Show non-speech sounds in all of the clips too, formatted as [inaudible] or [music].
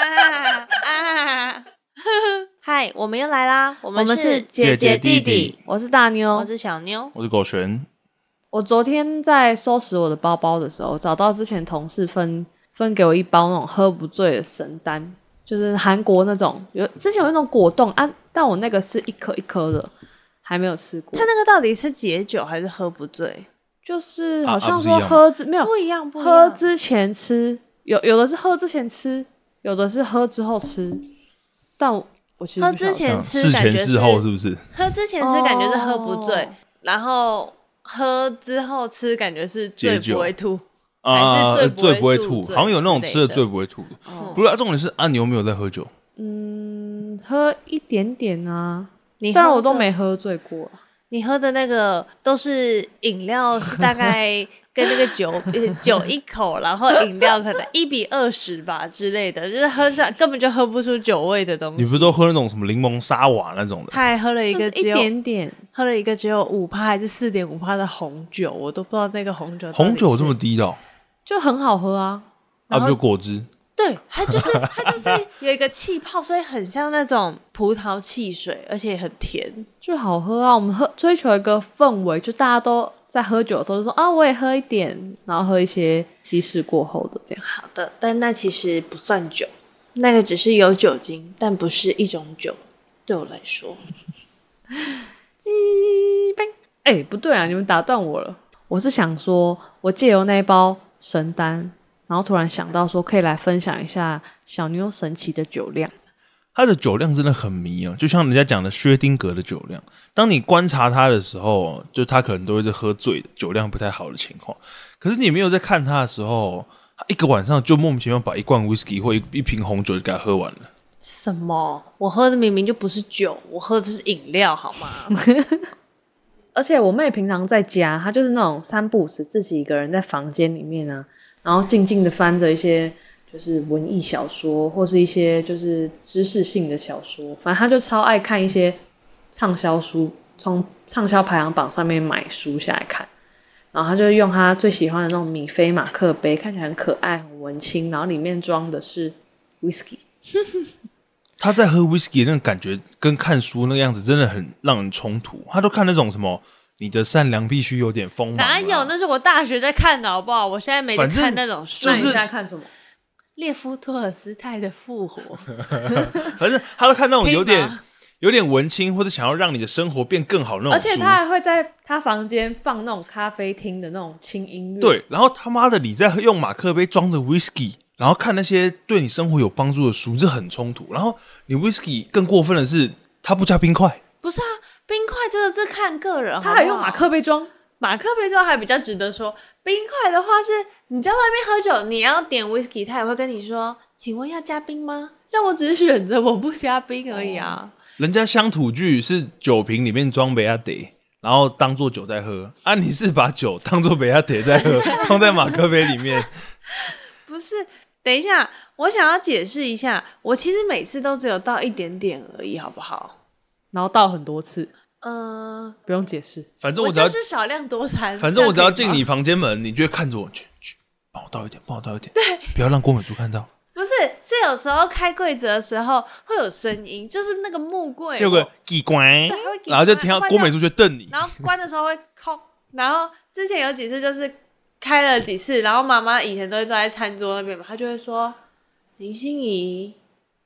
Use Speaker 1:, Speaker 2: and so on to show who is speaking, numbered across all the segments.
Speaker 1: 啊啊！ [laughs] 嗨，我们又来啦！我
Speaker 2: 我
Speaker 1: 们
Speaker 2: 们是
Speaker 1: 姐
Speaker 2: 姐姐
Speaker 1: 弟
Speaker 2: 弟弟，我是大妞
Speaker 1: 我。是小妞。
Speaker 3: 我是狗璇，
Speaker 2: 我昨天在收拾我的包包的时候，找到之前同事分分给我一包那种喝不醉的神丹，就是韩国那种有之前有那种果冻啊，但我那个是一颗一颗的，还没有吃过
Speaker 1: 他。那个到底是解酒还是喝不醉？
Speaker 2: 就是
Speaker 3: 啊
Speaker 2: 好
Speaker 3: 啊
Speaker 2: 像
Speaker 3: 不是
Speaker 2: 说
Speaker 3: 一样吗
Speaker 2: 喝之、没有
Speaker 1: 不一样，不一
Speaker 2: 喝
Speaker 1: 样。
Speaker 2: 之前吃，有有的是喝之前吃，有的是喝之后吃，但我我其实不
Speaker 1: 喝
Speaker 2: 晓
Speaker 1: 之
Speaker 2: 得
Speaker 1: 前
Speaker 3: 嗯
Speaker 1: 吃
Speaker 3: 事
Speaker 1: 感
Speaker 3: 前
Speaker 1: 觉
Speaker 3: 事后是不是？
Speaker 1: 喝之前吃感觉是喝不醉，
Speaker 2: 哦
Speaker 1: 然后喝之后吃感觉是最
Speaker 3: 解酒
Speaker 1: 不会吐。
Speaker 3: 啊，
Speaker 1: [laughs] 还是
Speaker 3: 醉
Speaker 1: 醉
Speaker 3: 不
Speaker 1: 不
Speaker 3: 会
Speaker 1: 会
Speaker 3: 吐
Speaker 1: 宿醉，
Speaker 3: 好像有那种
Speaker 1: 之类
Speaker 3: 吃了
Speaker 1: 的
Speaker 3: 醉不会吐的。
Speaker 2: 哦
Speaker 3: 不是，啊重点是啊，你有没有在喝酒？
Speaker 2: 嗯，喝一点点啊，
Speaker 1: 你
Speaker 2: 虽然
Speaker 1: 喝
Speaker 2: 我都
Speaker 1: 的
Speaker 2: 没喝醉过。啊
Speaker 1: 你喝的那个都是饮料，是大概跟那个 [laughs] 酒呃酒一口，然后饮料可能一比二十吧之类的，就是喝上根本就喝不出酒味的东
Speaker 3: 你不
Speaker 1: 西。
Speaker 3: 是都喝那种什么柠檬沙瓦那种的？
Speaker 1: 他还喝了一
Speaker 2: 就
Speaker 1: 个
Speaker 2: 是
Speaker 1: 只
Speaker 2: 一
Speaker 1: 有
Speaker 2: 点点，
Speaker 1: 喝了一个只有五趴还是四点五趴的红酒，我都不知道那个红酒到底
Speaker 3: 红酒有这么
Speaker 1: 是
Speaker 3: 低的哦
Speaker 2: 就很好喝啊。
Speaker 3: 啊，
Speaker 1: 然
Speaker 3: 不
Speaker 1: 后
Speaker 3: 就果汁？
Speaker 1: 对，它就是它就是有一个气泡，所以很像那种葡萄汽水，而且也很甜。
Speaker 2: 就好喝啊！我们喝追求一个氛围，就大家都在喝酒的时候就说啊，我也喝一点，然后喝一些稀释过后的这样。
Speaker 1: 好的，但那其实不算酒，那个只是有酒精，但不是一种酒。对我来说，
Speaker 2: 鸡掰！哎、不对啊，你们打断我了。我是想说，我借由那一包神丹，然后突然想到说，可以来分享一下小妞神奇的酒量。
Speaker 3: 它的酒量真的很迷啊，就像人家讲的薛丁格的酒量。当你观察他的时候，就他可能都会是喝醉的，酒量不太好的情况。可是你没有在看他的时候，他一个晚上就莫名其妙把一罐 whisky 或一一瓶红酒就给他喝完了。
Speaker 1: 什么？我喝的明明就不是酒，我喝的是饮料，好吗？
Speaker 2: 而且我妹平常在家，她就是那种三不五时自己一个人在房间里面啊，然后静静的翻着一些就是文艺小说，或是一些就是知识性的小说，反正她就超爱看一些畅销书，从畅销排行榜上面买书下来看。然后她就用她最喜欢的那种米菲马克杯，看起来很可爱、很文青，然后里面装的是 whisky。
Speaker 3: 他在喝 whisky 那个感觉跟看书那个样子真的很让人冲突。他都看那种什么，你的善良必须有点锋
Speaker 1: [laughs]
Speaker 3: 芒、啊。
Speaker 1: 哪有？那是我大学在看的，好不好？我现在没在
Speaker 3: 反正
Speaker 1: 看那种书。
Speaker 3: 就
Speaker 2: 那
Speaker 3: 是
Speaker 2: 你现在看什么？
Speaker 1: 列夫·托尔斯泰的《复活》
Speaker 3: 反正他都看那种有
Speaker 1: 可以
Speaker 3: 点有点文青，或者想要让你的生活变更好那种书。
Speaker 2: 而且她还会在她房间放那种咖啡厅的那种轻音乐。
Speaker 3: 对，然后他妈的你在用马克杯装着 whisky，然后看那些对你生活有帮助的书，这很冲突。然后你 whisky 更过分的是，它不加冰块，
Speaker 1: 不是啊，冰块这个是看个人，
Speaker 2: 他还用
Speaker 1: 好不好
Speaker 2: 马克杯装，
Speaker 1: 马克杯之后还比较值得说，冰块的话是你在外面喝酒，你要点 whisky，他也会跟你说，请问要加冰吗？但我只是选择我不加冰而已
Speaker 3: 哦
Speaker 1: 啊。
Speaker 3: 人家乡土剧是酒瓶里面装杯亚德，然后当做酒在喝，啊，你是把酒当做杯亚德在喝，装在马克杯里面。
Speaker 1: 不是，等一下，我想要解释一下，我其实每次都只有倒一点点而已，好不好？
Speaker 2: 然后倒很多次，
Speaker 1: 嗯、
Speaker 2: 不用解释。
Speaker 3: 反正
Speaker 1: 我
Speaker 3: 我只要，
Speaker 1: 就是少量多餐。
Speaker 3: 反正我只要
Speaker 1: 这
Speaker 3: 进
Speaker 1: 样可以
Speaker 3: 你
Speaker 1: 吗。
Speaker 3: 房间门，你就会看着我去去，帮我倒一点，帮我倒一点，对，不要让郭美珠看到。
Speaker 1: 不是，是有时候开柜子的时候会有声音，就是那个木柜，
Speaker 3: 结果机关
Speaker 1: 对它会，叽
Speaker 3: 然后就听到
Speaker 1: 关
Speaker 3: 郭美珠就瞪你，
Speaker 1: 然后关的时候会扣，然后之前有几次就是开了几次，然后妈妈以前都会坐在餐桌那边嘛，她就会说林心怡，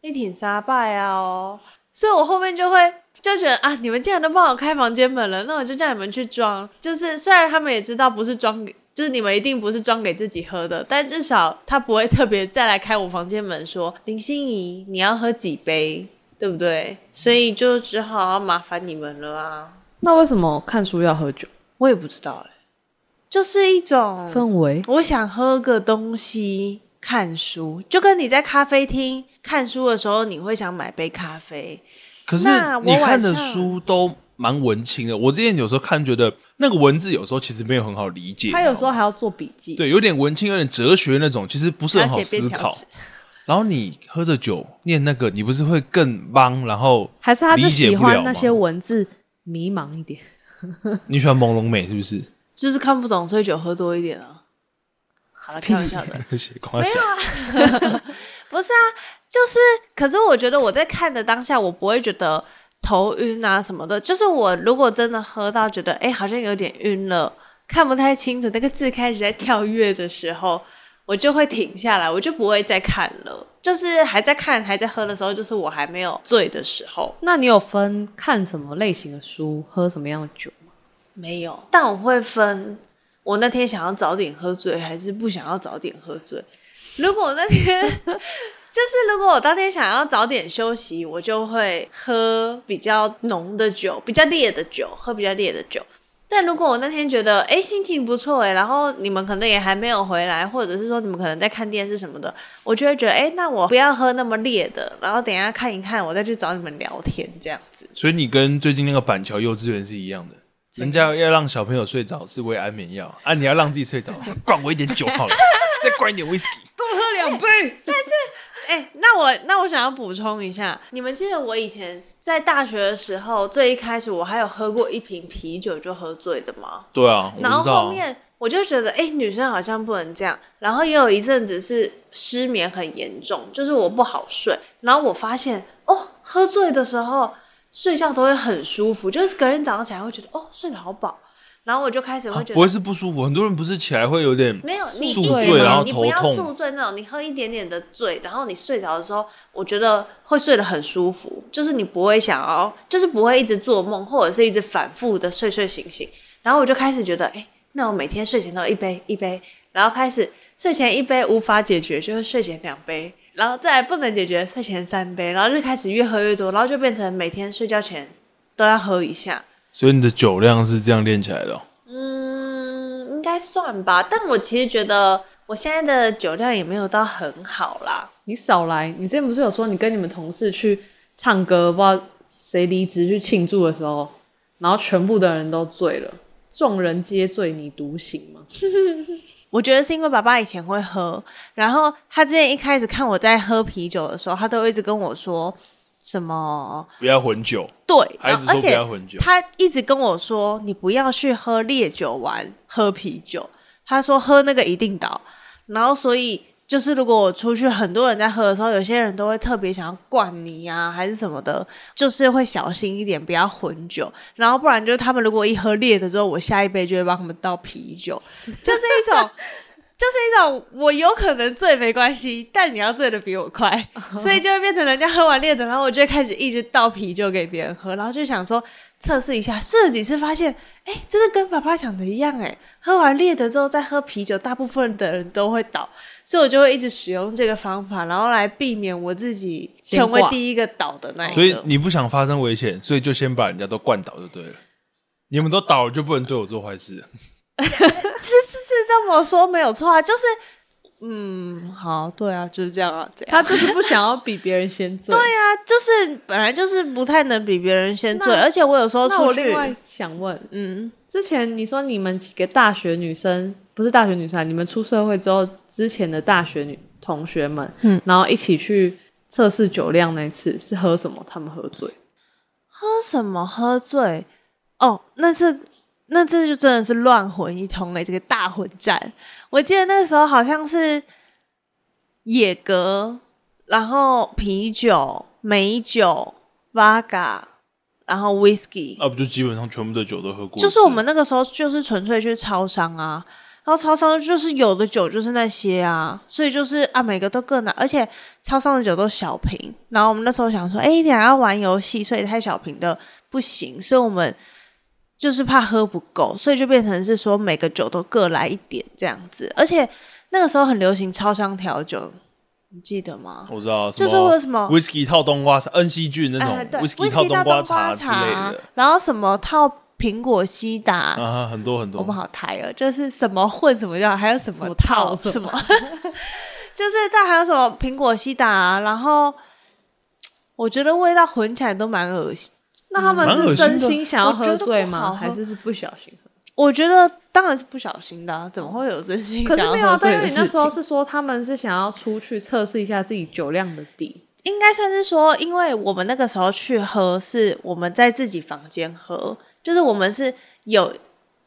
Speaker 1: 你挺沙拜啊哦，所以我后面就会就觉得啊，你们竟然都帮我开房间门了，那我就叫你们去装，就是虽然他们也知道不是装给。就是你们一定不是装给自己喝的，但至少他不会特别再来开我房间门说林心怡你要喝几杯，对不对？所以就只好要麻烦你们了啊。
Speaker 2: 那为什么看书要喝酒？
Speaker 1: 我也不知道哎、就是一种
Speaker 2: 氛围
Speaker 1: 我想喝个东西看书，就跟你在咖啡厅看书的时候，你会想买杯咖啡。
Speaker 3: 可是
Speaker 1: 那我
Speaker 3: 你看的
Speaker 1: 晚上
Speaker 3: 书都蛮文青的，我之前有时候看觉得那个文字有时候其实没有很好理解，
Speaker 2: 他有时候
Speaker 3: 你知道吗
Speaker 2: 还要做笔记。，
Speaker 3: 对有点文青，有点哲学那种，其实不是很好思
Speaker 1: 还要
Speaker 3: 考
Speaker 1: 写。
Speaker 3: 然后你喝着酒念那个，你不是会更帮？然后
Speaker 2: 还是他就
Speaker 3: 理解
Speaker 2: 喜
Speaker 3: 不了
Speaker 2: 欢那
Speaker 3: 吗
Speaker 2: 些文字迷茫一点。
Speaker 3: 你喜欢朦胧美是不是？
Speaker 1: 就是看不懂，所以酒喝多一点啊。好了，开玩笑的，
Speaker 3: [laughs] 血光小，
Speaker 1: 啊不是啊，就是，可是我觉得我在看的当下，我不会觉得头晕啊什么的。就是我如果真的喝到觉得，哎、好像有点晕了，看不太清楚那个字开始在跳跃的时候，我就会停下来，我就不会再看了。就是还在看、还在喝的时候，就是我还没有醉的时候，
Speaker 2: 那你有分看什么类型的书，喝什么样的酒吗？
Speaker 1: 没有。但我会分，我那天想要早点喝醉，还是不想要早点喝醉。如果我那天 [laughs] 就是如果我当天想要早点休息，我就会喝比较浓的酒，比较烈的酒，喝比较烈的酒。但如果我那天觉得哎心情不错哎，然后你们可能也还没有回来，或者是说你们可能在看电视什么的，我就会觉得哎，那我不要喝那么烈的，然后等一下看一看，我再去找你们聊天这样子。
Speaker 3: 所以你跟最近那个板桥幼稚园是一样的。人家要让小朋友睡着是喂安眠药啊，你要让自己
Speaker 1: [laughs]
Speaker 3: 睡着，灌我一点酒好了，再灌一点 whisky。
Speaker 2: 多喝两杯。
Speaker 1: 哎、那我那我想要补充一下，你们记得我以前在大学的时候，最一开始我还有喝过一瓶啤酒就喝醉的吗？
Speaker 3: 对啊，我
Speaker 1: 然后
Speaker 3: 知道
Speaker 1: 后面我就觉得，哎、女生好像不能这样。然后也有一阵子是失眠很严重，就是我不好睡。然后我发现，哦，喝醉的时候睡觉都会很舒服，就是隔天早上起来会觉得，哦，睡得好饱。然后我就开始
Speaker 3: 啊
Speaker 1: 会觉得，
Speaker 3: 不会是不舒服，很多人不是起来会有点
Speaker 1: 没有，你
Speaker 3: 嗯宿
Speaker 1: 一点
Speaker 2: 醉
Speaker 1: 点，
Speaker 2: 然
Speaker 3: 后
Speaker 1: 你
Speaker 3: 头
Speaker 1: 不要
Speaker 3: 痛
Speaker 1: 宿醉那种，你喝一点点的醉，然后你睡着的时候，我觉得会睡得很舒服，就是你不会想要，就是不会一直做梦，或者是一直反复的睡睡醒醒。然后我就开始觉得，哎、那我每天睡前都一杯一杯，然后开始睡前一杯无法解决，就是睡前两杯，然后再来不能解决睡前三杯，然后就开始越喝越多，然后就变成每天睡觉前都要喝一下。
Speaker 3: 所以你的酒量是这样练起来的哦、
Speaker 1: 嗯，应该算吧。但我其实觉得我现在的酒量也没有到很好啦。
Speaker 2: 你少来！你之前不是有说你跟你们同事去唱歌，不知道谁离职去庆祝的时候，然后全部的人都醉了，众人皆醉你独醒吗？
Speaker 1: 我觉得是因为爸爸以前会喝，然后他之前一开始看我在喝啤酒的时候，他都一直跟我说什么
Speaker 3: 不要混酒，
Speaker 1: 对，
Speaker 3: 孩
Speaker 1: 然
Speaker 3: 子
Speaker 1: 后而
Speaker 3: 说不
Speaker 1: 且
Speaker 3: 要混酒。
Speaker 1: 他一直跟我说，你不要去喝烈酒玩喝啤酒，他说喝那个一定倒。然后所以就是如果我出去很多人在喝的时候，有些人都会特别想要灌你呀、还是什么的，就是会小心一点，不要混酒。然后不然就是他们如果一喝烈的之后，我下一杯就会帮他们倒啤
Speaker 3: [laughs]
Speaker 1: 酒，就是一种。就是一种我有可能醉没关系，但你要醉的比我
Speaker 3: [laughs]
Speaker 1: 快，所以就会变成人家喝完烈的，然后我就会开始一直倒啤酒给别人喝，然后就想说测试一下，试了几次发现，哎、真的跟爸爸想的一样，哎，喝完烈的之后再喝啤酒，大部分的人都会倒，所以我就会一直使用这个方法，然后来避免我自己
Speaker 2: 先
Speaker 1: 成为
Speaker 2: 挂
Speaker 1: 第一个倒的那一个。
Speaker 3: 所以你不想发生危险，所以就先把人家都灌倒就对了。你们都倒了，就不能对我做坏事。
Speaker 1: 是这么说没有错啊，就是，嗯，好，对啊，就是这样啊，这样。
Speaker 2: 他就是不想要比别人先醉。对呀、
Speaker 1: 啊，就是本来就是不太能比别人先醉，
Speaker 2: 那
Speaker 1: 而且我有时候
Speaker 2: 那我
Speaker 1: 出
Speaker 2: 另
Speaker 1: 去，
Speaker 2: 外想问，
Speaker 1: 嗯，
Speaker 2: 之前你说你们几个大学女生，不是大学女生啊，你们出社会之后之前的大学女同学们，
Speaker 1: 嗯，
Speaker 2: 然后一起去测试酒量那一次是喝什么？他们喝醉，
Speaker 1: 喝什么喝醉？哦，那是那这就真的是乱混一通哎、这个大混战。我记得那个时候好像是野格，然后啤酒、美酒、v 嘎，然后 whisky，、
Speaker 3: 啊，不就基本上全部的酒都喝过一次？
Speaker 1: 就是我们那个时候就是纯粹去超商啊，然后超商就是有的酒就是那些啊，所以就是啊每个都各拿，而且超商的酒都小瓶。然后我们那时候想说，哎、等一下要玩游戏，所以太小瓶的不行，所以我们就是怕喝不够，所以就变成是说每个酒都各来一点这样子。而且那个时候很流行超商调酒，你记得吗？
Speaker 3: 我知道，
Speaker 1: 就是
Speaker 3: 什么
Speaker 1: 会有什么
Speaker 3: whisky 套冬瓜茶、恩熙菌那
Speaker 1: 哎，对
Speaker 3: 种 whisky
Speaker 1: 威
Speaker 3: 套
Speaker 1: 士忌
Speaker 3: 冬
Speaker 1: 瓜
Speaker 3: 茶之类
Speaker 1: 茶
Speaker 3: 的，
Speaker 1: 然后什么套苹果西达，
Speaker 3: 啊，很多很多
Speaker 1: 我。们好台哦，就是什么混什么料，还有什
Speaker 2: 什么
Speaker 1: 套
Speaker 2: 套
Speaker 1: 什么， [laughs] 就是它还有什么苹果西达、啊，然后我觉得味道混起来都蛮恶心。
Speaker 2: 那他
Speaker 3: 蛮
Speaker 2: 们
Speaker 3: 恶
Speaker 2: 是
Speaker 3: 心
Speaker 2: 真
Speaker 3: 的
Speaker 2: 心想要喝醉
Speaker 1: 我觉得
Speaker 2: 吗？
Speaker 1: 不好喝
Speaker 2: 还是是不小心喝？
Speaker 1: 我觉得当然是不小心的啊、怎么会有真心
Speaker 2: 可是
Speaker 1: 想
Speaker 2: 没有
Speaker 1: 要喝
Speaker 2: 啊，
Speaker 1: 醉
Speaker 2: 但因
Speaker 1: 的
Speaker 2: 为
Speaker 1: 事情？
Speaker 2: 你那时候是说他们是想要出去测试一下自己酒量的底，
Speaker 1: 应该算是说，因为我们那个时候去喝是我们在自己房间喝，就是我们是有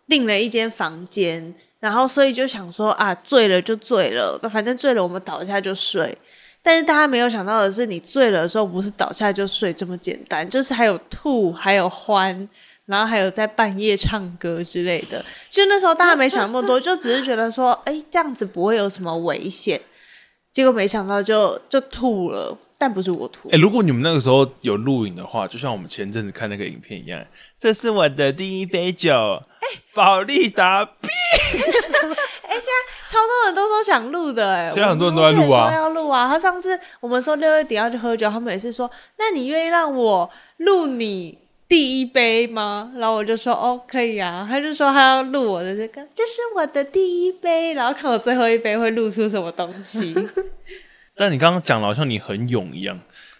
Speaker 1: 订了一间房间，然后所以就想说啊，醉了就醉了，反正醉了我们倒下就睡。但是大家没有想到的是，你醉了的时候不是倒下就睡这么简单，就是还有吐，还有欢，然后还有在半夜唱歌之类的。就那时候大家没想那么多，就只是觉得说，哎，这样子不会有什么危险。结果没想到就就吐了，但不是我吐
Speaker 3: 哎、，如果你们那个时候有录影的话，就像我们前阵子看那个影片一样，这是我的第一杯酒，
Speaker 1: 哎
Speaker 3: 宝利达。
Speaker 1: 超多人都说想录的哎、欸，
Speaker 3: 现在很多人都在录
Speaker 1: 我
Speaker 3: 啊
Speaker 1: 们公司也说要录啊。他上次我们说六月底要去喝酒，他们也是说，那你愿意让我录你第一杯吗？然后我就说哦，可以啊。他就说他要录我的这个，这是我的第一杯，然后看我最后一杯会录出什么东西。
Speaker 3: 但你刚刚讲的好像你很勇一样，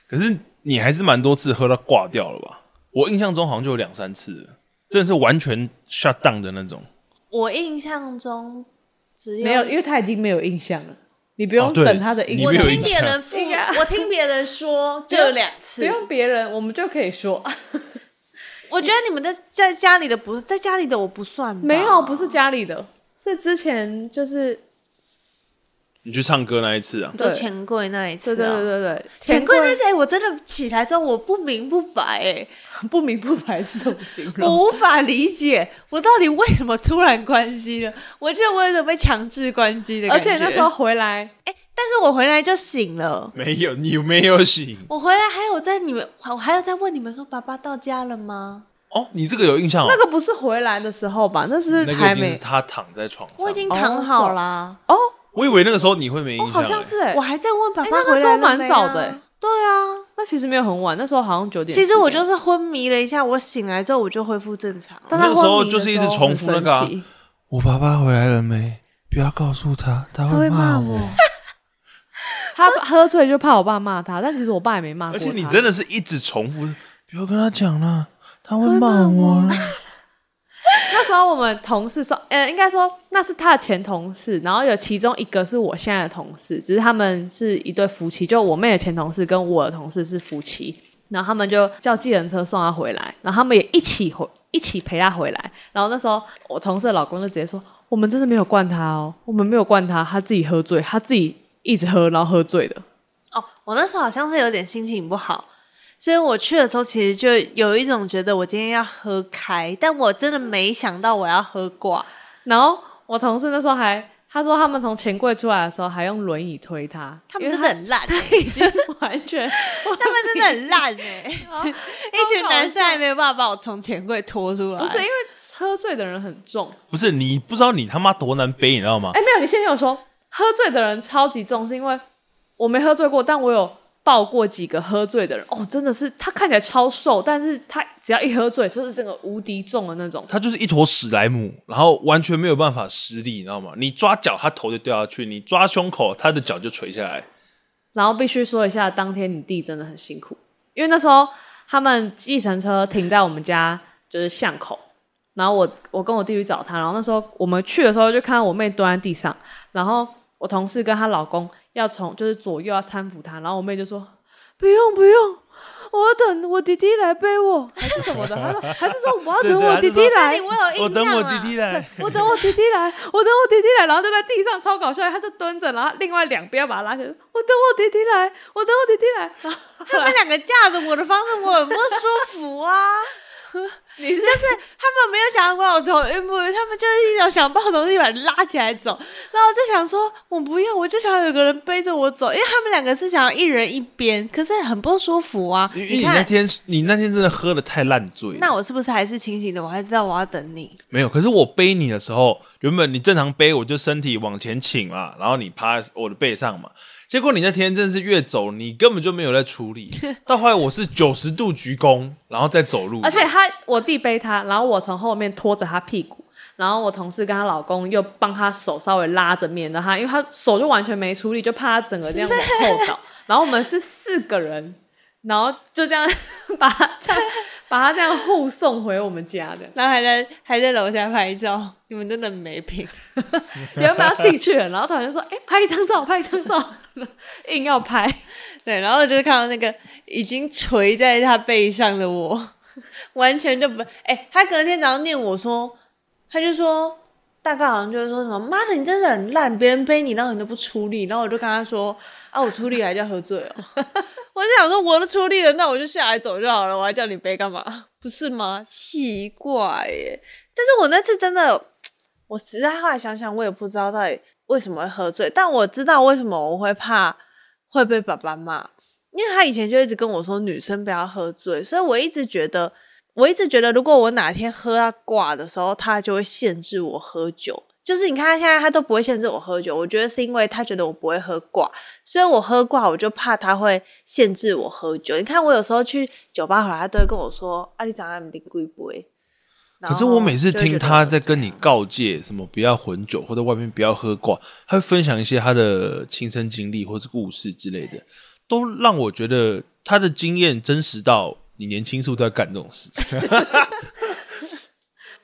Speaker 3: 可是你还是蛮多次喝到挂掉了吧？我印象中好像就有两三次了，真的是完全 shut down 的那种。
Speaker 1: [laughs] 我印象中只有
Speaker 2: 没有，因为他已经没有印象了，你不用
Speaker 3: 哦对
Speaker 2: 等他的印
Speaker 3: 你
Speaker 1: 我
Speaker 3: 没有
Speaker 1: 听
Speaker 3: 印
Speaker 1: 别
Speaker 3: 象
Speaker 1: 人复，我听别人说就有两次
Speaker 2: [laughs] 不。用别人，我们就可以说啊
Speaker 1: 我觉得你们在在家里的不是在家里的我不算吧，
Speaker 2: 没有，不是家里的，是之前就是
Speaker 3: 你去唱歌那一次啊，
Speaker 1: 做
Speaker 2: 对
Speaker 1: 钱柜那一次、
Speaker 2: 对
Speaker 1: 啊，
Speaker 2: 对对对对，
Speaker 1: 钱柜
Speaker 2: 柜
Speaker 1: 那次，哎我真的起来之后，我不明不白、 [laughs] 哎，
Speaker 2: [laughs] 不明不白是什么形容？
Speaker 1: 我无法理解，我到底为什么突然关机了？ [laughs] 我记得我有种被强制关机的感
Speaker 2: 而
Speaker 1: 觉，
Speaker 2: 且那时候，回来，
Speaker 1: 哎但是我回来就醒了。
Speaker 3: 没有，你没有醒
Speaker 1: 我回来还有在你们，我还有在问你们说，爸爸到家了吗？
Speaker 3: 哦？你这个有印象、哦？
Speaker 2: 那个不是回来的时候吧？那是
Speaker 3: 那个
Speaker 2: 还
Speaker 3: 已经是
Speaker 2: 没
Speaker 3: 他躺在床上，
Speaker 1: 我已经
Speaker 2: 哦
Speaker 1: 躺好啦，
Speaker 2: 哦，
Speaker 3: 我以为那个时候你会没印
Speaker 2: 哦，
Speaker 3: 象、
Speaker 2: 好像
Speaker 3: 欸
Speaker 2: 是哎
Speaker 1: 我，还在问爸
Speaker 2: 哎
Speaker 1: 爸
Speaker 2: 那个
Speaker 1: 回来
Speaker 2: 时候
Speaker 1: 了
Speaker 2: 蛮
Speaker 1: 没
Speaker 2: 早
Speaker 1: 啊
Speaker 2: 的欸
Speaker 1: 对啊，
Speaker 2: 那其实没有很晚，那时候好像九点。，
Speaker 1: 其实我就是是昏迷了一下，我醒来之后我就恢复正常了。
Speaker 2: 但他
Speaker 3: 那个时候
Speaker 2: 昏迷的
Speaker 3: 就是一直
Speaker 2: 时候
Speaker 3: 重复
Speaker 2: 很
Speaker 3: 那个啊
Speaker 2: 神奇
Speaker 3: 我爸爸回来了没？不要告诉他，他
Speaker 2: 他会骂
Speaker 3: 我。
Speaker 2: 他喝醉就怕我爸骂他，但其实我爸也没骂过
Speaker 3: 而
Speaker 2: 他。
Speaker 3: 且你真的是一直重复，不要跟他讲了，他会骂我了。
Speaker 2: 那时候我们同事说，呃，应该说那是他的前同事，然后有其中一个是我现在的同事，只是他们是一对夫妻，就我妹的前同事跟我的同事是夫妻，然后他们就叫计程车送他回来，然后他们也一起回一起陪他回来，然后那时候我同事的老公就直接说，我们真的没有灌他哦，我们没有灌他，他自己喝醉，他自己一直喝，然后喝醉的，
Speaker 1: 哦，我那时候好像是有点心情不好，所以我去的时候其实就有一种觉得我今天要喝开，但我真的没想到我要喝挂。
Speaker 2: 然后我同事那时候还。他说他们从钱柜出来的时候还用轮椅推他，
Speaker 1: 他
Speaker 2: 因
Speaker 1: 们
Speaker 2: 为
Speaker 1: 真的很烂、欸，
Speaker 2: 他已经
Speaker 1: [laughs]
Speaker 2: 完全
Speaker 1: 他们真的很烂哎、
Speaker 2: [laughs] 哦
Speaker 1: 一群男生还没有办法把我从钱柜拖出来。
Speaker 2: 不是因为喝醉的人很重。
Speaker 3: 不是你不知道你他妈多难背，你知道吗？
Speaker 2: 哎、没有，你先听我说，喝醉的人超级重，是因为我没喝醉过，但我有抱过几个喝醉的人。哦，真的是他看起来超瘦，但是他只要一喝醉，就是整个无敌重的那种。
Speaker 3: 他就是一坨史莱姆，然后完全没有办法施力，你知道吗？你抓脚，他头就掉下去；你抓胸口，他的脚就垂下来。
Speaker 2: 然后必须说一下，当天你弟真的很辛苦，因为那时候他们计程车停在我们家就是巷口，然后我我跟我弟去找他，然后那时候我们去的时候就看到我妹蹲在地上，然后我同事跟她老公要从就是左右要搀扶她，然后我妹就说不用不用，我要等我弟弟来背
Speaker 3: [laughs]
Speaker 2: 我还是什么的，
Speaker 1: [laughs]
Speaker 2: 她说还是说我要
Speaker 3: 对
Speaker 2: 等
Speaker 3: 对
Speaker 2: 我
Speaker 3: 她
Speaker 2: 弟
Speaker 3: 就
Speaker 2: 弟
Speaker 3: 说
Speaker 1: 那
Speaker 2: 来
Speaker 1: 啊里，我有印象
Speaker 3: 我等我弟
Speaker 1: 啊
Speaker 3: 弟来，
Speaker 1: [laughs]
Speaker 2: 我等我弟弟来，我等我弟弟来，然后就在地上超搞笑，他就蹲着，然后另外两边把他拉起来，我等我弟弟来，我等我弟弟来。然后后
Speaker 1: 他们
Speaker 2: 来
Speaker 1: 两个架着我的方式，我很不舒服
Speaker 3: [laughs]
Speaker 1: 啊。
Speaker 2: 你是
Speaker 1: 就是他们没有想要管我头 [laughs] 晕不晕，他们就是一种想把我从地板拉起来走，然后我就想说，我不要，我就想有个人背着我走，因为他们两个是想要一人一边，可是很不舒服啊。
Speaker 3: 因为因为你那
Speaker 1: 看，
Speaker 3: 天你那天真的喝的太烂醉了。
Speaker 1: 那我是不是还是清醒的？我还知道我要等你，
Speaker 3: 没有，可是我背你的时候，原本你正常背，我就身体往前倾嘛，然后你趴我的背上嘛。结果你那天真是越走，你根本就没有在
Speaker 1: [laughs]
Speaker 3: 处理。到后来我是九十度鞠躬，然后再走路。
Speaker 2: 而且他我弟背他，然后我从后面拖着他屁股，然后我同事跟她老公又帮他手稍微拉着，免得他因为他手就完全没处理，就怕他整个这样往后 [laughs] 倒。然后我们是四个人，然后就这样把他这样把他这样护送回我们家的。
Speaker 1: 然后还在还在楼下拍照，你们真的很没品。
Speaker 2: 原本要进去了，然后突然就说：“哎、拍一张照，拍一张照。”硬要拍，
Speaker 1: 对，然后我就看到那个已经垂在他背上的 [laughs] 我，完全就不哎、他隔天早上念我说，他就说。大概好像就是说什么，妈的，你真的很烂，别人背你，然后你都不出力，然后我就跟他说，啊，我出力还叫喝醉哦， [laughs] 我就想说我都出力了，那我就下来走就好了，我还叫你背干嘛？不是吗？奇怪耶！但是我那次真的，我实在后来想想，我也不知道到底为什么会喝醉，但我知道为什么我会怕会被爸爸骂，因为他以前就一直跟我说女生不要喝醉，所以我一直觉得，我一直觉得如果我哪天喝到挂的时候，他就会限制我喝酒。就是你看他现在他都不会限制我喝酒，我觉得是因为他觉得我不会喝挂，所以我喝挂我就怕他会限制我喝酒。你看我有时候去酒吧回来，他都会跟我说：“啊，你早上没归不杯。”
Speaker 3: 可是我每次听他在跟你告诫什么不要混酒，或者外面不要喝挂，他会分享一些他的亲身经历或是故事之类的，都让我觉得他的经验真实到你年轻时候都要干这种事情。 [laughs]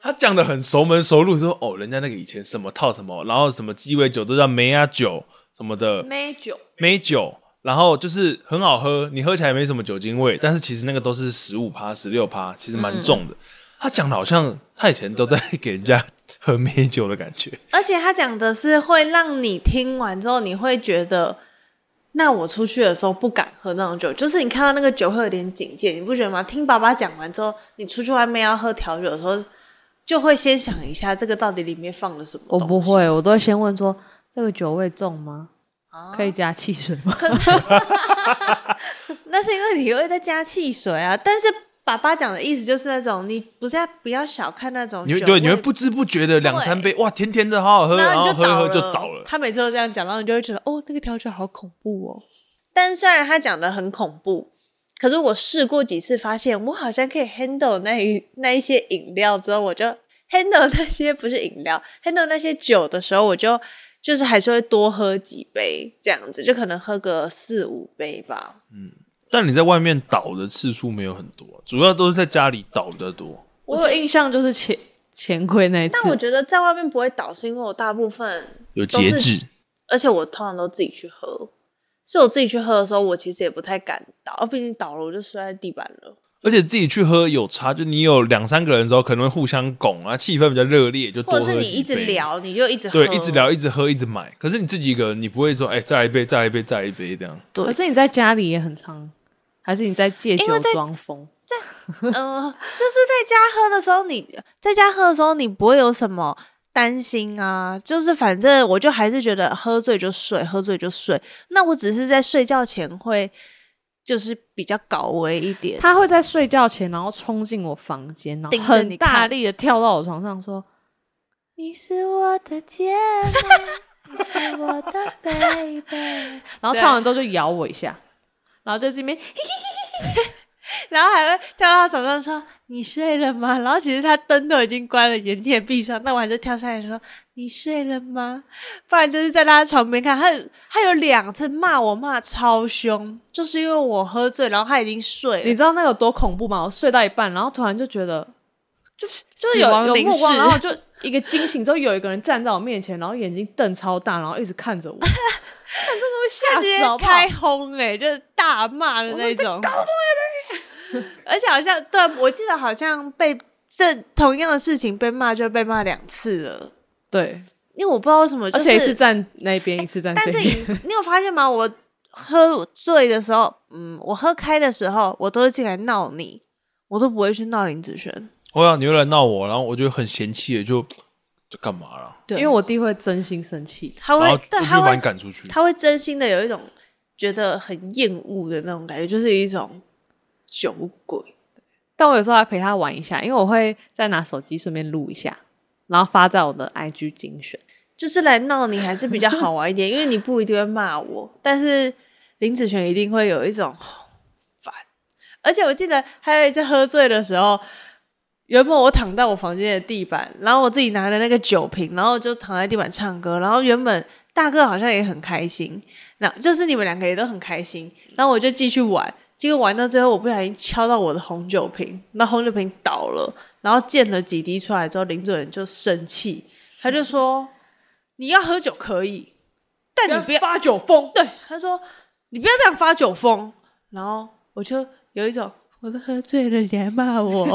Speaker 3: 他讲的很熟门熟路，说哦，人家那个以前什么套什么，然后什么鸡尾酒都叫梅亚酒什么的，
Speaker 1: 没酒，
Speaker 3: 梅酒，然后就是很好喝，你喝起来没什么酒精味，但是其实那个都是十五趴、十六趴，其实蛮重的。
Speaker 1: 嗯
Speaker 3: 他讲的好像他以前都在给人家喝梅酒的感觉，
Speaker 1: 而且他讲的是会让你听完之后，你会觉得，那我出去的时候不敢喝那种酒，就是你看到那个酒会有点警戒，你不觉得吗？听爸爸讲完之后，你出去外面要喝调酒的时候，就会先想一下这个到底里面放了什么
Speaker 2: 我
Speaker 1: 东西。
Speaker 2: 不会，我都会先问说这个酒味重吗？
Speaker 1: 啊，
Speaker 2: 可以加汽水吗？
Speaker 1: 可是， [laughs] 那是因为你会再加汽水啊。但是爸爸讲的意思就是那种，你不是要不要小看那种
Speaker 3: 你
Speaker 1: 酒
Speaker 3: 会
Speaker 1: 味，
Speaker 3: 对你会不知不觉的两三杯，哇，甜甜的，好好喝，
Speaker 1: 然
Speaker 3: 然
Speaker 1: 后
Speaker 3: 后
Speaker 1: 你
Speaker 3: 喝一
Speaker 1: 倒
Speaker 3: 喝
Speaker 1: 了，
Speaker 3: 就倒了。
Speaker 1: 他每次都这样讲，然后你就会觉得哦，那个调酒好恐怖哦。但虽然他讲的很恐怖，可是我试过几次，发现我好像可以 handle 那一那一些饮料之后，我就 handle 那些不是饮料，handle 那些酒的时候，我就就是还是会多喝几杯这样子，就可能喝个四五杯吧。
Speaker 3: 但你在外面倒的次数没有很多，啊主要都是在家里倒比较多。
Speaker 2: 我有印象就是钱钱柜那一次，
Speaker 1: 但我觉得在外面不会倒，是因为我大部分
Speaker 3: 有
Speaker 1: 都
Speaker 3: 节
Speaker 1: 是
Speaker 3: 制，
Speaker 1: 而且我通常都自己去喝，所以我自己去喝的时候，我其实也不太敢倒，啊毕竟倒了我就摔在地板了。
Speaker 3: 而且自己去喝有差，就你有两三个人的时候，可能会互相拱啊，气氛比较热烈，就多
Speaker 1: 或
Speaker 3: 喝
Speaker 1: 者是你一直
Speaker 3: 几杯
Speaker 1: 聊，你就一直喝
Speaker 3: 对，一直。聊，一直喝，一直买。可是你自己一个人，你不会说，哎、再来一杯，再来一杯，再来一杯这样。
Speaker 2: 可是你在家里也很常，还是你在借
Speaker 1: 因为
Speaker 2: 酒
Speaker 1: 在
Speaker 2: 装疯？
Speaker 1: 嗯、就是在家喝的时候你，在家喝的时候，你不会有什么担心啊。就是反正我就还是觉得喝醉就睡，喝醉就睡。那我只是在睡觉前会就是比较搞微一点。
Speaker 2: 他会在睡觉前，然后冲进我房间，然后
Speaker 1: 盯着你
Speaker 2: 很大
Speaker 1: 看
Speaker 2: 力的跳到我床上说：“你是我的姐妹，你是我的 [laughs] baby。”然后唱完之后就咬我一下，然后就这边
Speaker 1: 然后还会跳到他床上说：“你睡了吗？”然后其实他灯都已经关了，眼睛也闭上，那我还是跳上来说：“你睡了吗？”不然就是在他床边看。他有他有两次骂我骂超凶，就是因为我喝醉，然后他已经睡
Speaker 2: 你
Speaker 1: 了。
Speaker 2: 知道那有多恐怖吗？我睡到一半，然后突然就觉得，就就是
Speaker 1: 死
Speaker 2: 有
Speaker 1: 亡
Speaker 2: 有
Speaker 1: 凝
Speaker 2: 目光，
Speaker 1: 视
Speaker 2: 然后就一个惊醒之后，有一个人站在我面前，然后眼睛瞪超大，然后一直看着我， [laughs] 看
Speaker 1: 他
Speaker 2: 真的
Speaker 1: 直
Speaker 2: 会吓
Speaker 1: 接
Speaker 2: 死，好不好
Speaker 1: 开轰哎、就是大骂的那种。 [laughs]
Speaker 2: [laughs]
Speaker 1: 而且好像对啊我记得好像被这同样的事情被骂就被骂两次了，
Speaker 2: 对，
Speaker 1: 因为我不知道为什么、就
Speaker 2: 而
Speaker 1: 是，哎
Speaker 2: 且一次站那边，一次站这
Speaker 1: 但是
Speaker 2: 边。
Speaker 1: 你你有发现吗？我喝醉的时候，嗯，我喝开的时候，我都是进来闹你，我都不会去闹林子轩。
Speaker 3: 我哦想你又来闹我，然后我就很嫌弃的，就就干嘛了？
Speaker 1: 对
Speaker 2: 因为我弟会真心生气，
Speaker 1: 他
Speaker 3: 然
Speaker 1: 会
Speaker 3: 后，
Speaker 1: 对，
Speaker 3: 我
Speaker 1: 他
Speaker 3: 就把你
Speaker 1: 会，
Speaker 3: 赶出去。
Speaker 1: 他会真心的有一种觉得很厌恶的那种感觉，就是一种酒鬼。
Speaker 2: 但我有时候还陪他玩一下，因为我会再拿手机顺便录一下，然后发在我的 IG 精选。
Speaker 1: 就是来闹你还是比较好玩一点，因为你不一定会骂我，但是林子轩一定会有一种好烦。而且我记得还有一次喝醉的时候，原本我躺在我房间的地板，然后我自己拿着那个酒瓶，然后就躺在地板唱歌。然后原本大哥好像也很开心，那就是你们两个也都很开心。然后我就继续玩，结果玩到最后，我不小心敲到我的红酒瓶，那红酒瓶倒了，然后溅了几滴出来之后，林主任就生气，他就说：“你要喝酒可以，但你不要
Speaker 2: 发酒疯，
Speaker 1: 对，他说你不要这样发酒 [laughs] 疯。然后我就有一种我都喝醉了，你还骂我，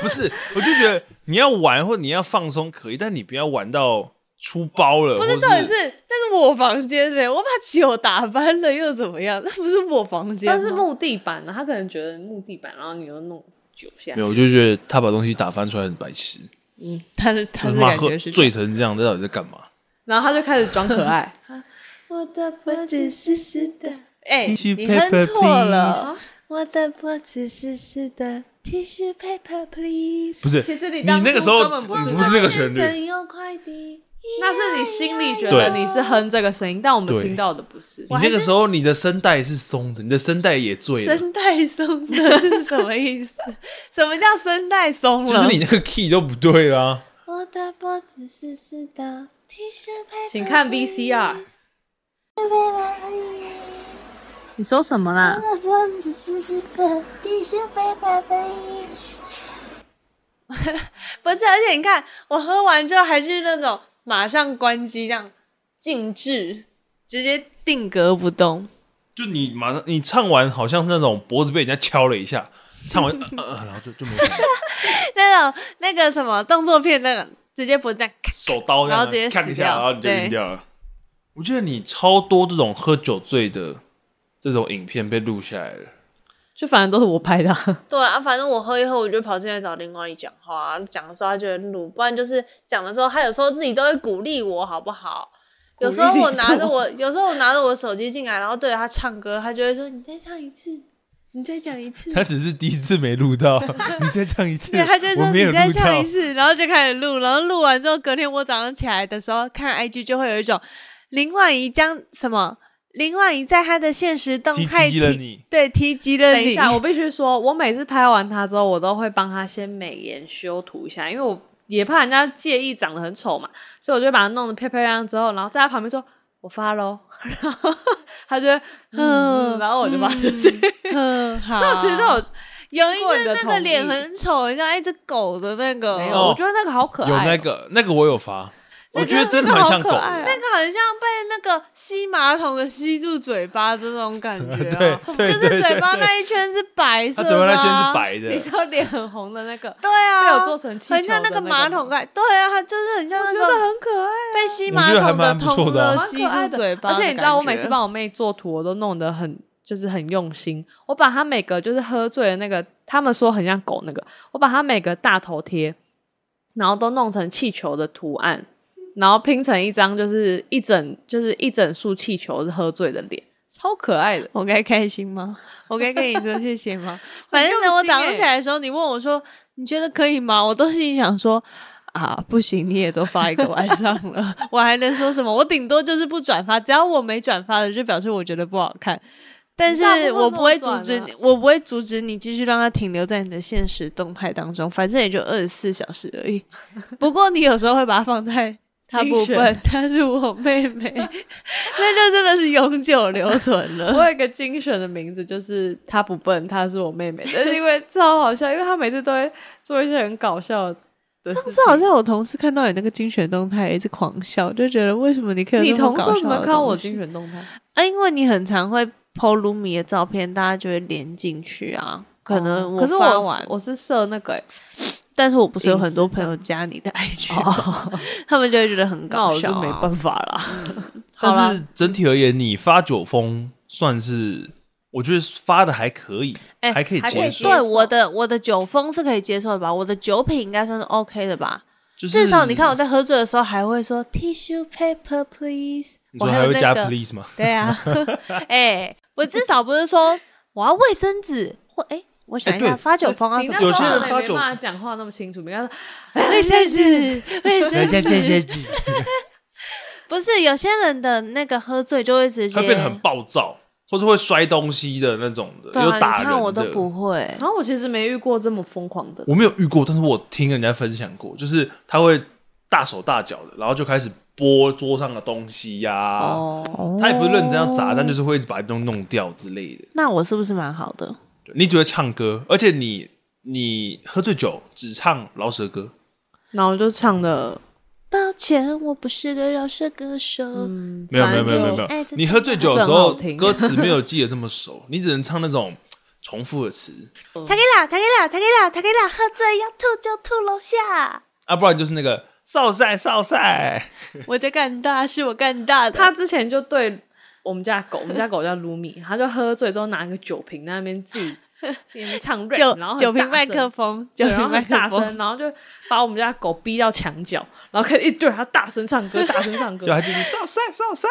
Speaker 3: 不是，我就觉得你要玩或你要放松可以，但你不要玩到出包了。
Speaker 1: 不
Speaker 3: 或
Speaker 1: 是，重点是，但是我房间呢，我把酒打翻了又怎么样？那不是我房间吗，
Speaker 2: 但是木地板呢，他可能觉得木地板，然后你又弄酒下
Speaker 3: 没，有，我就觉得他把东西打翻出来很白痴，
Speaker 1: 嗯，他的他
Speaker 3: 就
Speaker 1: 的
Speaker 3: 是妈
Speaker 1: 感
Speaker 3: 喝
Speaker 1: 觉是这样
Speaker 3: 醉成这样，这到底在干嘛？
Speaker 2: 然后他就开始装可
Speaker 1: [laughs]
Speaker 2: 爱。
Speaker 1: 我的脖子湿湿的。哎、
Speaker 3: Tissue
Speaker 1: 你哼
Speaker 3: paper,
Speaker 1: 错了
Speaker 3: please。
Speaker 1: 我的脖子湿湿的，tissue paper please。
Speaker 3: 不是，
Speaker 2: 其实你
Speaker 3: 你
Speaker 2: 当初
Speaker 3: 那个时
Speaker 2: 根
Speaker 3: 候嗯
Speaker 2: 本不是
Speaker 3: 你不是那个旋律，
Speaker 1: 神用快递。
Speaker 2: 那是你心里觉
Speaker 3: 对
Speaker 2: 得你是哼这个声音，但我们
Speaker 3: 对
Speaker 2: 听到的不是
Speaker 3: 你。那个时候你的声带是松的，你的声带也醉了，
Speaker 1: 声带松的是什么意思？ [laughs] 什么叫声带松了？
Speaker 3: 就是你那个 key 都不对啦。
Speaker 1: 我的脖子湿湿的，tissue paper。
Speaker 2: 请看 VCR。你说什么啦？
Speaker 4: 我的脖子是湿的，必须被宝贝。
Speaker 1: 不是，而且你看，我喝完之后还是那种马上关机，这样静置，直接定格不动。
Speaker 3: 就你马上你唱完，好像是那种脖子被人家敲了一下，唱
Speaker 1: [laughs]
Speaker 3: 完呃呃呃 [laughs] 然后就就没感觉
Speaker 1: [laughs] 那种那个什么动作片，那个直接不在，咔
Speaker 3: 手刀这样，
Speaker 1: 然后直接
Speaker 3: 咔一
Speaker 1: 死
Speaker 3: 下，
Speaker 1: 掉
Speaker 3: 然后你就
Speaker 1: 对
Speaker 3: 晕掉了。我记得你超多这种喝酒醉的这种影片被录下来了，
Speaker 2: 就反正都是我拍的啊。
Speaker 1: 对啊，反正我喝一喝，我就跑进来找林冠宇讲话、啊讲的时候他就会录，不然就是讲的时候，他有时候自己都会鼓励我，好不好？
Speaker 2: 鼓励
Speaker 1: 有
Speaker 2: 你
Speaker 1: 时候我拿
Speaker 2: 什
Speaker 1: 着
Speaker 2: 么
Speaker 1: 我，有时候我拿着我手机进来，然后对着他唱歌，他就会说：“你再唱一次，你再讲一次。”
Speaker 3: 他只是第一次没录
Speaker 1: [laughs]
Speaker 3: 到，你再唱一次，
Speaker 1: 对，他就
Speaker 3: 我
Speaker 1: 说
Speaker 3: 没
Speaker 1: 你
Speaker 3: 有
Speaker 1: 再
Speaker 3: 录
Speaker 1: 唱
Speaker 3: 到
Speaker 1: 一。次，然后就开始录，然后录完之后，隔天我早上起来的时候看 IG 就会有一种林婉仪将什么林婉仪在她的现实动
Speaker 3: 提
Speaker 1: 态
Speaker 3: 及了你，
Speaker 1: 对提及了
Speaker 2: 等
Speaker 1: 你，
Speaker 2: 一下，
Speaker 1: [laughs]
Speaker 2: 我必须说，我每次拍完它之后，我都会帮它先美颜修图一下，因为我也怕人家介意长得很丑嘛，所以我就把它弄得漂漂亮亮之后，然后在它旁边说“我发喽”， [laughs] 然后它就会嗯，
Speaker 1: 嗯
Speaker 2: 然后我就把它出去。
Speaker 1: 嗯，好，
Speaker 2: 这 [laughs] 其实都
Speaker 3: 哦
Speaker 2: 有，
Speaker 1: 有一
Speaker 2: 过你
Speaker 1: 次
Speaker 2: 的
Speaker 1: 那个
Speaker 2: 同
Speaker 1: 脸
Speaker 2: 意
Speaker 1: 很丑，人家哎这狗的那个，
Speaker 2: 没
Speaker 3: 哦
Speaker 2: 有，我觉得那个好可爱
Speaker 3: 有
Speaker 2: 哦、
Speaker 3: 那个那个我有发，我觉得真的
Speaker 2: 那个
Speaker 3: 蛮
Speaker 2: 好
Speaker 3: 像狗
Speaker 2: 可爱
Speaker 3: 的
Speaker 2: 啊。
Speaker 1: 那个很像被那个吸马桶的吸住嘴巴的那种感觉
Speaker 3: [laughs] 对
Speaker 1: 啊，
Speaker 3: 对
Speaker 1: 就是
Speaker 3: 对
Speaker 1: 嘴
Speaker 3: 对
Speaker 1: 巴
Speaker 3: 对
Speaker 1: 那一圈是白色
Speaker 3: 它
Speaker 1: 的、啊，
Speaker 3: 嘴巴那圈是，白
Speaker 2: 你
Speaker 3: 的，
Speaker 2: 知道脸很红的那个，
Speaker 1: 对啊，
Speaker 2: 被我做成气球的
Speaker 1: 很像那
Speaker 2: 那
Speaker 1: 个
Speaker 2: 个
Speaker 1: 马
Speaker 2: 吗
Speaker 1: 桶盖，对啊，它就是很像
Speaker 2: 我
Speaker 1: 那
Speaker 2: 觉得
Speaker 1: 个
Speaker 2: 很可爱。
Speaker 1: 被吸
Speaker 3: 我
Speaker 1: 马
Speaker 3: 觉得还
Speaker 1: 桶的
Speaker 3: 蛮不错
Speaker 1: 通
Speaker 3: 的啊
Speaker 1: 的
Speaker 3: 蛮
Speaker 1: 吸住嘴巴的感觉，
Speaker 2: 而且你知道，我每次帮我妹做图，我都弄得很就是很用心。我把她每个就是喝醉的那个，他们说很像狗那个，我把她每个大头贴，然后都弄成气球的图案，然后拼成一张就是一整就是一整束气球是喝醉的脸，超可爱
Speaker 1: [laughs]
Speaker 2: 的。
Speaker 1: 我该开心吗？我该跟你说谢谢
Speaker 2: [laughs]
Speaker 1: 吗？反正呢，
Speaker 2: 用
Speaker 1: 我
Speaker 2: 心
Speaker 1: 早上
Speaker 2: 欸
Speaker 1: 起来的时候，你问我说你觉得可以吗？我都心里想说啊，不行，你也都发一个晚上了， [laughs] 我还能说什么？我顶多就是不转发，只要我没转发的，就表示我觉得不好看。但是
Speaker 2: 大部分
Speaker 1: 我
Speaker 2: 都
Speaker 1: 不会
Speaker 2: 转
Speaker 1: 阻止
Speaker 2: 了
Speaker 1: 你，我不会阻止你继续让它停留在你的现实动态当中，反正也就二十四小时而
Speaker 2: [laughs]
Speaker 1: 已。不过你有时候会把它放在她
Speaker 2: 精
Speaker 1: 不 [laughs]
Speaker 2: 选
Speaker 1: 笨，她是我妹妹， [laughs] 那就真的是永久留存了。
Speaker 2: 我有一个精选的名字，就是她不笨，她是我妹妹，但是因为超好笑，因为她每次都会做一些很搞笑的事情。
Speaker 1: 这好像我同事看到你那个精选动态一直狂笑，就觉得为什么你可以有
Speaker 2: 你
Speaker 1: 那么
Speaker 2: 同事
Speaker 1: 搞
Speaker 2: 有
Speaker 1: 笑
Speaker 2: 没
Speaker 1: 的
Speaker 2: 有看到我
Speaker 1: 东西
Speaker 2: 精选动态？
Speaker 1: 啊，因为你很常会 PO 卢米的照片，大家就会连进去啊。可能
Speaker 2: 哦可是
Speaker 1: 发完，
Speaker 2: 我是设那个、欸，
Speaker 1: 但是我不是有
Speaker 2: 隐
Speaker 1: 很
Speaker 2: 私
Speaker 1: 多
Speaker 2: 账
Speaker 1: 朋友加你的 IG，、
Speaker 2: [laughs] 哦，
Speaker 1: 他们就会觉得很
Speaker 2: 那
Speaker 1: 搞
Speaker 2: 我
Speaker 1: 笑、
Speaker 2: 就
Speaker 1: 啊。
Speaker 2: 没办法啦。
Speaker 1: 好啦
Speaker 3: 但是整体而言，你发酒疯算是我觉得发的还可以，
Speaker 1: 哎
Speaker 3: 还可以
Speaker 2: 还可以接
Speaker 3: 接
Speaker 2: 受，
Speaker 3: 受
Speaker 1: 对我的我的酒疯是可以接受的吧？我的酒品应该算是 OK 的吧？
Speaker 3: 就是
Speaker 1: 至少你看我在喝醉的时候还会说 tissue paper please，
Speaker 3: 你
Speaker 1: 我
Speaker 3: 说还
Speaker 1: 有
Speaker 3: 会
Speaker 1: 那
Speaker 3: 加
Speaker 1: 个
Speaker 3: please 吗？
Speaker 1: 对
Speaker 3: [laughs]
Speaker 1: 啊，哎、我至少不是说我要卫生纸，或哎、我想一
Speaker 3: 哎
Speaker 1: 下，
Speaker 3: 对
Speaker 1: 发酒疯要啊
Speaker 2: 你
Speaker 1: 怎
Speaker 2: 那
Speaker 1: 么
Speaker 2: 时候
Speaker 3: 有些人
Speaker 2: 也
Speaker 3: 发
Speaker 2: 没
Speaker 3: 酒
Speaker 2: 办法讲话那么清楚，你看他，
Speaker 1: 卫生纸，卫生
Speaker 3: 加
Speaker 1: 纸，
Speaker 3: 加，
Speaker 1: 不是有些人的那个喝醉就会直接
Speaker 3: 他变得很暴躁，或是会摔东西的那种的，
Speaker 1: 对
Speaker 3: 有
Speaker 1: 啊，
Speaker 3: 打
Speaker 1: 你
Speaker 3: 人
Speaker 1: 看
Speaker 3: 的。
Speaker 1: 我都不会，
Speaker 2: 然后我其实没遇过这么疯狂的，
Speaker 3: 我没有遇过，但是我听人家分享过，就是他会大手大脚的，然后就开始拨桌上的东西呀、
Speaker 2: 哦，
Speaker 3: 他也不是认真要砸，但就是会一直把东西弄掉之类的。
Speaker 1: 那我是不是蛮好的？
Speaker 3: 对你只会唱歌，而且你你喝醉酒只唱饶舌歌，
Speaker 2: 然后就唱的，
Speaker 1: 抱歉，我不是个饶舌歌手。
Speaker 2: 嗯，
Speaker 3: 没有没有
Speaker 2: 反
Speaker 3: 没
Speaker 2: 正
Speaker 3: 有没有
Speaker 2: 就
Speaker 3: 没有
Speaker 1: 哎这，
Speaker 3: 你喝醉酒的时候
Speaker 2: 不是很好听
Speaker 3: 歌词没有记得这么熟，你只能唱那种重复的词
Speaker 1: 他给啦，他给啦，他给啦，他给啦，喝醉要吐就吐楼下。
Speaker 3: 啊，不然就是那个少赛少赛，
Speaker 1: 我在干大，是我干大的。
Speaker 2: 他之前就对我们家狗，我们家狗叫卢米，他就喝醉之后拿一个酒瓶在那边自 [laughs] 己自己在那边唱 rap，然后
Speaker 1: 酒
Speaker 2: 很
Speaker 1: 酒瓶
Speaker 2: 大
Speaker 1: 麦
Speaker 2: 声
Speaker 1: 克风，酒
Speaker 2: 对，然后
Speaker 1: 瓶麦
Speaker 2: 很大
Speaker 1: 克
Speaker 2: 声，
Speaker 1: 风，
Speaker 2: 然后就把我们家狗逼到墙角，然后开始一对着它大声唱歌，大声唱歌
Speaker 3: 对，，他 [laughs] 就是少赛少赛。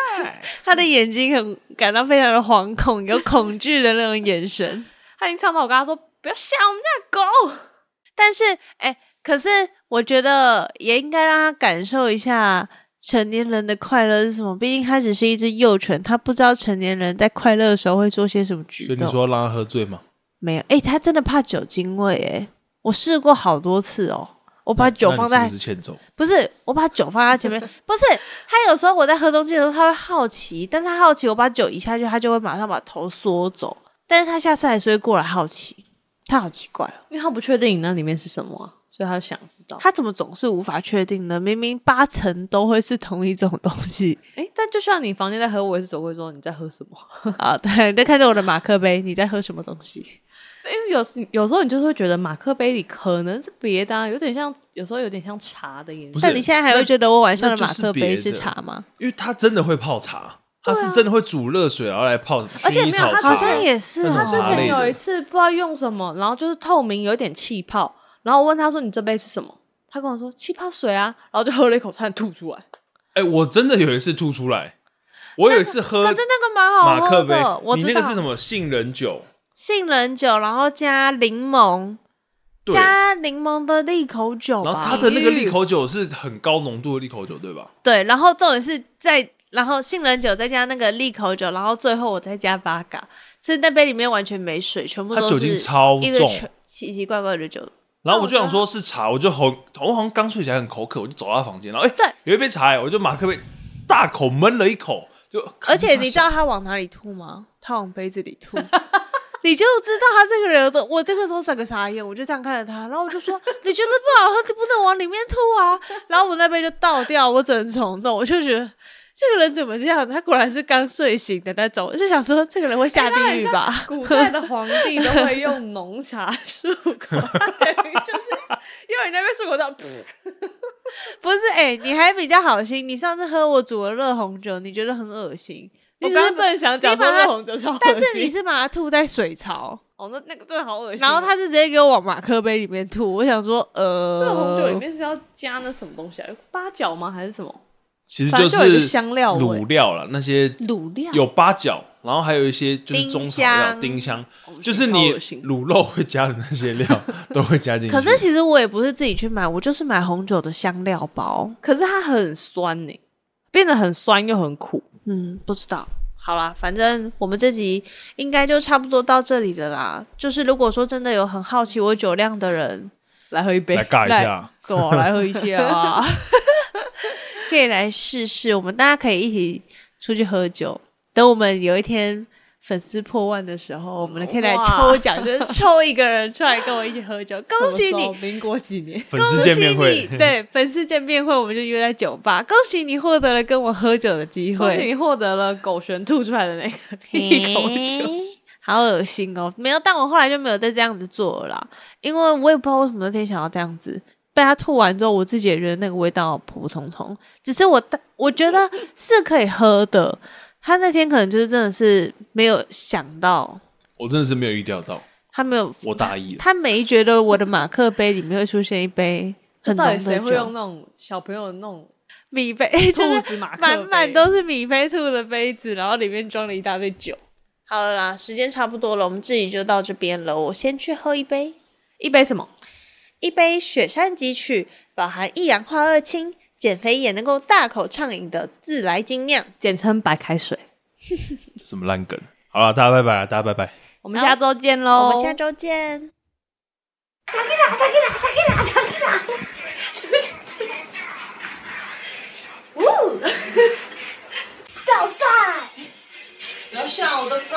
Speaker 1: 他的眼睛很感到非常的惶恐，有恐惧的那种眼神。
Speaker 2: 他已经唱到我跟他说不要吓我们家的狗，
Speaker 1: 但是，哎、可是我觉得也应该让他感受一下成年人的快乐是什么。毕竟他只是一只幼犬，他不知道成年人在快乐的时候会做些什么举
Speaker 3: 所以
Speaker 1: 动。
Speaker 3: 你说让他喝醉吗？
Speaker 1: 没有？哎、他真的怕酒精味、哎，我试过好多次哦。我把酒
Speaker 3: 那你
Speaker 1: 放在
Speaker 3: 是不是欠揍？
Speaker 1: 不是，我把酒放在他前面，不是他有时候我在喝东西的时候，他会好奇，但他好奇我把酒移下去，他就会马上把头缩走，但是他下次还是会过来好奇，他好奇怪哦，
Speaker 2: 因为他不确定你那里面是什么啊、所以他就想知道。
Speaker 1: 他怎么总是无法确定呢？明明八成都会是同一种东
Speaker 3: [laughs]
Speaker 1: 西
Speaker 2: 哎，但就像你房间在喝，我也是走过去说你在喝什么，
Speaker 1: 啊，对，在看着我的马克杯，你在喝什么东西？
Speaker 2: 因为有时有时候你就是会觉得马克杯里可能是别的、啊，有点像有时候有点像茶的颜
Speaker 3: 不
Speaker 2: 色。
Speaker 3: 是
Speaker 1: 那你现在还会觉得我晚上的
Speaker 3: 那就
Speaker 1: 马
Speaker 3: 是
Speaker 1: 克杯
Speaker 3: 别
Speaker 1: 是
Speaker 3: 的
Speaker 1: 茶吗？
Speaker 3: 因为他真的会泡茶，他是真的会煮热水然后来泡
Speaker 2: 而且
Speaker 3: 薰
Speaker 2: 没
Speaker 3: 衣
Speaker 2: 有
Speaker 3: 草
Speaker 2: 他
Speaker 3: 茶，
Speaker 1: 好像也是
Speaker 3: 那
Speaker 1: 啊，
Speaker 3: 种
Speaker 2: 他之
Speaker 3: 茶
Speaker 2: 前
Speaker 3: 类
Speaker 2: 有一
Speaker 3: 的。
Speaker 2: 次不知道用什么，然后就是透明，有一点气泡，然后我问他说你这杯是什么，他跟我说气泡水啊， [laughs] 然后就喝了一口，差点吐出来。
Speaker 3: 哎，我真的有一次吐出来，我有一次喝
Speaker 1: 可是那个蛮好
Speaker 3: 马
Speaker 1: 喝
Speaker 3: 克杯
Speaker 1: 的，我，
Speaker 3: 你
Speaker 1: 知道
Speaker 3: 那个是什么杏仁酒？
Speaker 1: 杏仁酒，然后加柠檬。
Speaker 3: 对，然
Speaker 1: 加柠檬的利口酒
Speaker 3: 后
Speaker 1: 吧。
Speaker 3: 它的那个利口酒是很高浓度的利口酒，对吧？
Speaker 1: 对，然后重点是在，然后杏仁酒再加那个利口酒，然后最后我再加八嘎，所以那杯里面完全没水，全部
Speaker 3: 它
Speaker 1: 都
Speaker 3: 酒
Speaker 1: 是
Speaker 3: 精超
Speaker 1: 一堆
Speaker 3: 重，
Speaker 1: 全奇奇怪怪的酒。
Speaker 3: 然后我就想说是茶，我就好，我好像刚睡起来很口渴，我就走到他房间，然后哎，
Speaker 1: 对
Speaker 3: 有一杯茶，哎我就马克杯大口闷了一口，就
Speaker 1: 而且你知道他往哪里吐吗？他往杯子里吐。 [laughs] 你就知道他这个人的，我这个时候整个傻眼，我就这样看着他，然后我就说：“ [laughs] 你觉得不好喝，你不能往里面吐啊。”然后我那杯就倒掉，我只能重弄。我就觉得这个人怎么这样？他果然是刚睡醒的那种，我就想说这个人会下地狱吧？
Speaker 2: [laughs] 古代的皇帝都会用浓茶 [laughs] 漱口，他等于就是因为你那边漱口 [laughs] 到，
Speaker 1: 不是，哎、你还比较好心。你上次喝我煮的热红酒，你觉得很恶心，
Speaker 2: 我
Speaker 1: 你只
Speaker 2: 刚
Speaker 1: 是
Speaker 2: 刚正想讲说
Speaker 1: 你把它
Speaker 2: 热红酒超恶心，
Speaker 1: 但是你是把它吐在水槽，
Speaker 2: 哦，那那个真的好恶心哦。
Speaker 1: 然后他是直接给我往马克杯里面吐。我想说，呃，
Speaker 2: 热红酒里面是要加那什么东西啊？有八角吗？还是什么？
Speaker 3: 其实
Speaker 2: 反正
Speaker 3: 是
Speaker 2: 就有一个香料味
Speaker 3: 卤料了，那些
Speaker 1: 卤料
Speaker 3: 有八角，然后还有一些就是
Speaker 1: 丁
Speaker 3: 中草料、
Speaker 1: 香
Speaker 3: 丁香
Speaker 2: 我觉，得
Speaker 3: 就是
Speaker 2: 超
Speaker 3: 你
Speaker 2: 恶心
Speaker 3: 卤肉会加的那些料都会加进去。
Speaker 1: 可是其实我也不是自己去买，我就是买红酒的香料包。
Speaker 2: 可是它很酸呢、变得很酸又很苦。
Speaker 1: 嗯，不知道。好啦，反正我们这集应该就差不多到这里了啦。就是如果说真的有很好奇我酒量的人，
Speaker 2: 来喝一杯
Speaker 3: 来，尬一下，
Speaker 1: 对我来喝一下
Speaker 2: [laughs]
Speaker 1: 啊，可以来试试。我们大家可以一起出去喝酒。等我们有一天粉丝破万的时候，我们可以来
Speaker 2: 哇
Speaker 1: 抽奖，就是抽一个人出来跟我一起喝酒。恭喜
Speaker 2: [laughs]
Speaker 1: 你
Speaker 2: 什么时候，啊民国几 [laughs] 年？
Speaker 3: 粉丝见面
Speaker 1: 恭喜
Speaker 3: 会
Speaker 1: 你，对粉丝见面会，我们就约在酒吧。恭喜你获得了跟我喝酒的机
Speaker 2: 恭喜
Speaker 1: 会，
Speaker 2: 你获得了狗旋吐出来的那个一口 [laughs] 酒。
Speaker 1: 嘿好恶心哦！没有，但我后来就没有再这样子做了啦，因为我也不知道为什么那天想要这样子。被他吐完之后，我自己也觉得那个味道普普通通，只是我大我觉得是可以喝的。他那天可能就是真的是没有想到，
Speaker 3: [laughs] 我真的是没有预料到，
Speaker 1: 他没有
Speaker 3: 我大意了。
Speaker 1: 他没觉得我的马克杯里面会出现一杯很浓
Speaker 2: 到底
Speaker 1: 的
Speaker 2: 谁
Speaker 1: 酒，
Speaker 2: 会用那种小朋友的那种
Speaker 1: 米杯， [laughs] 就
Speaker 2: 兔
Speaker 1: 是
Speaker 2: 子马克杯
Speaker 1: 满满都是米菲兔的杯子，然后里面装了一大堆酒。好了啦，时间差不多了，我们这里就到这边了。我先去喝一杯，
Speaker 2: 一杯什么？
Speaker 1: 一杯雪山汲取，饱含一氧化二氢，减肥也能够大口畅饮的自来精酿。
Speaker 2: 简称白开水。
Speaker 3: 这什么烂梗？好了，大家拜拜了，大家拜拜。
Speaker 2: 我们下周见喽！
Speaker 1: 我们下周见。
Speaker 4: Woo! so sad.
Speaker 5: 不要笑我的歌。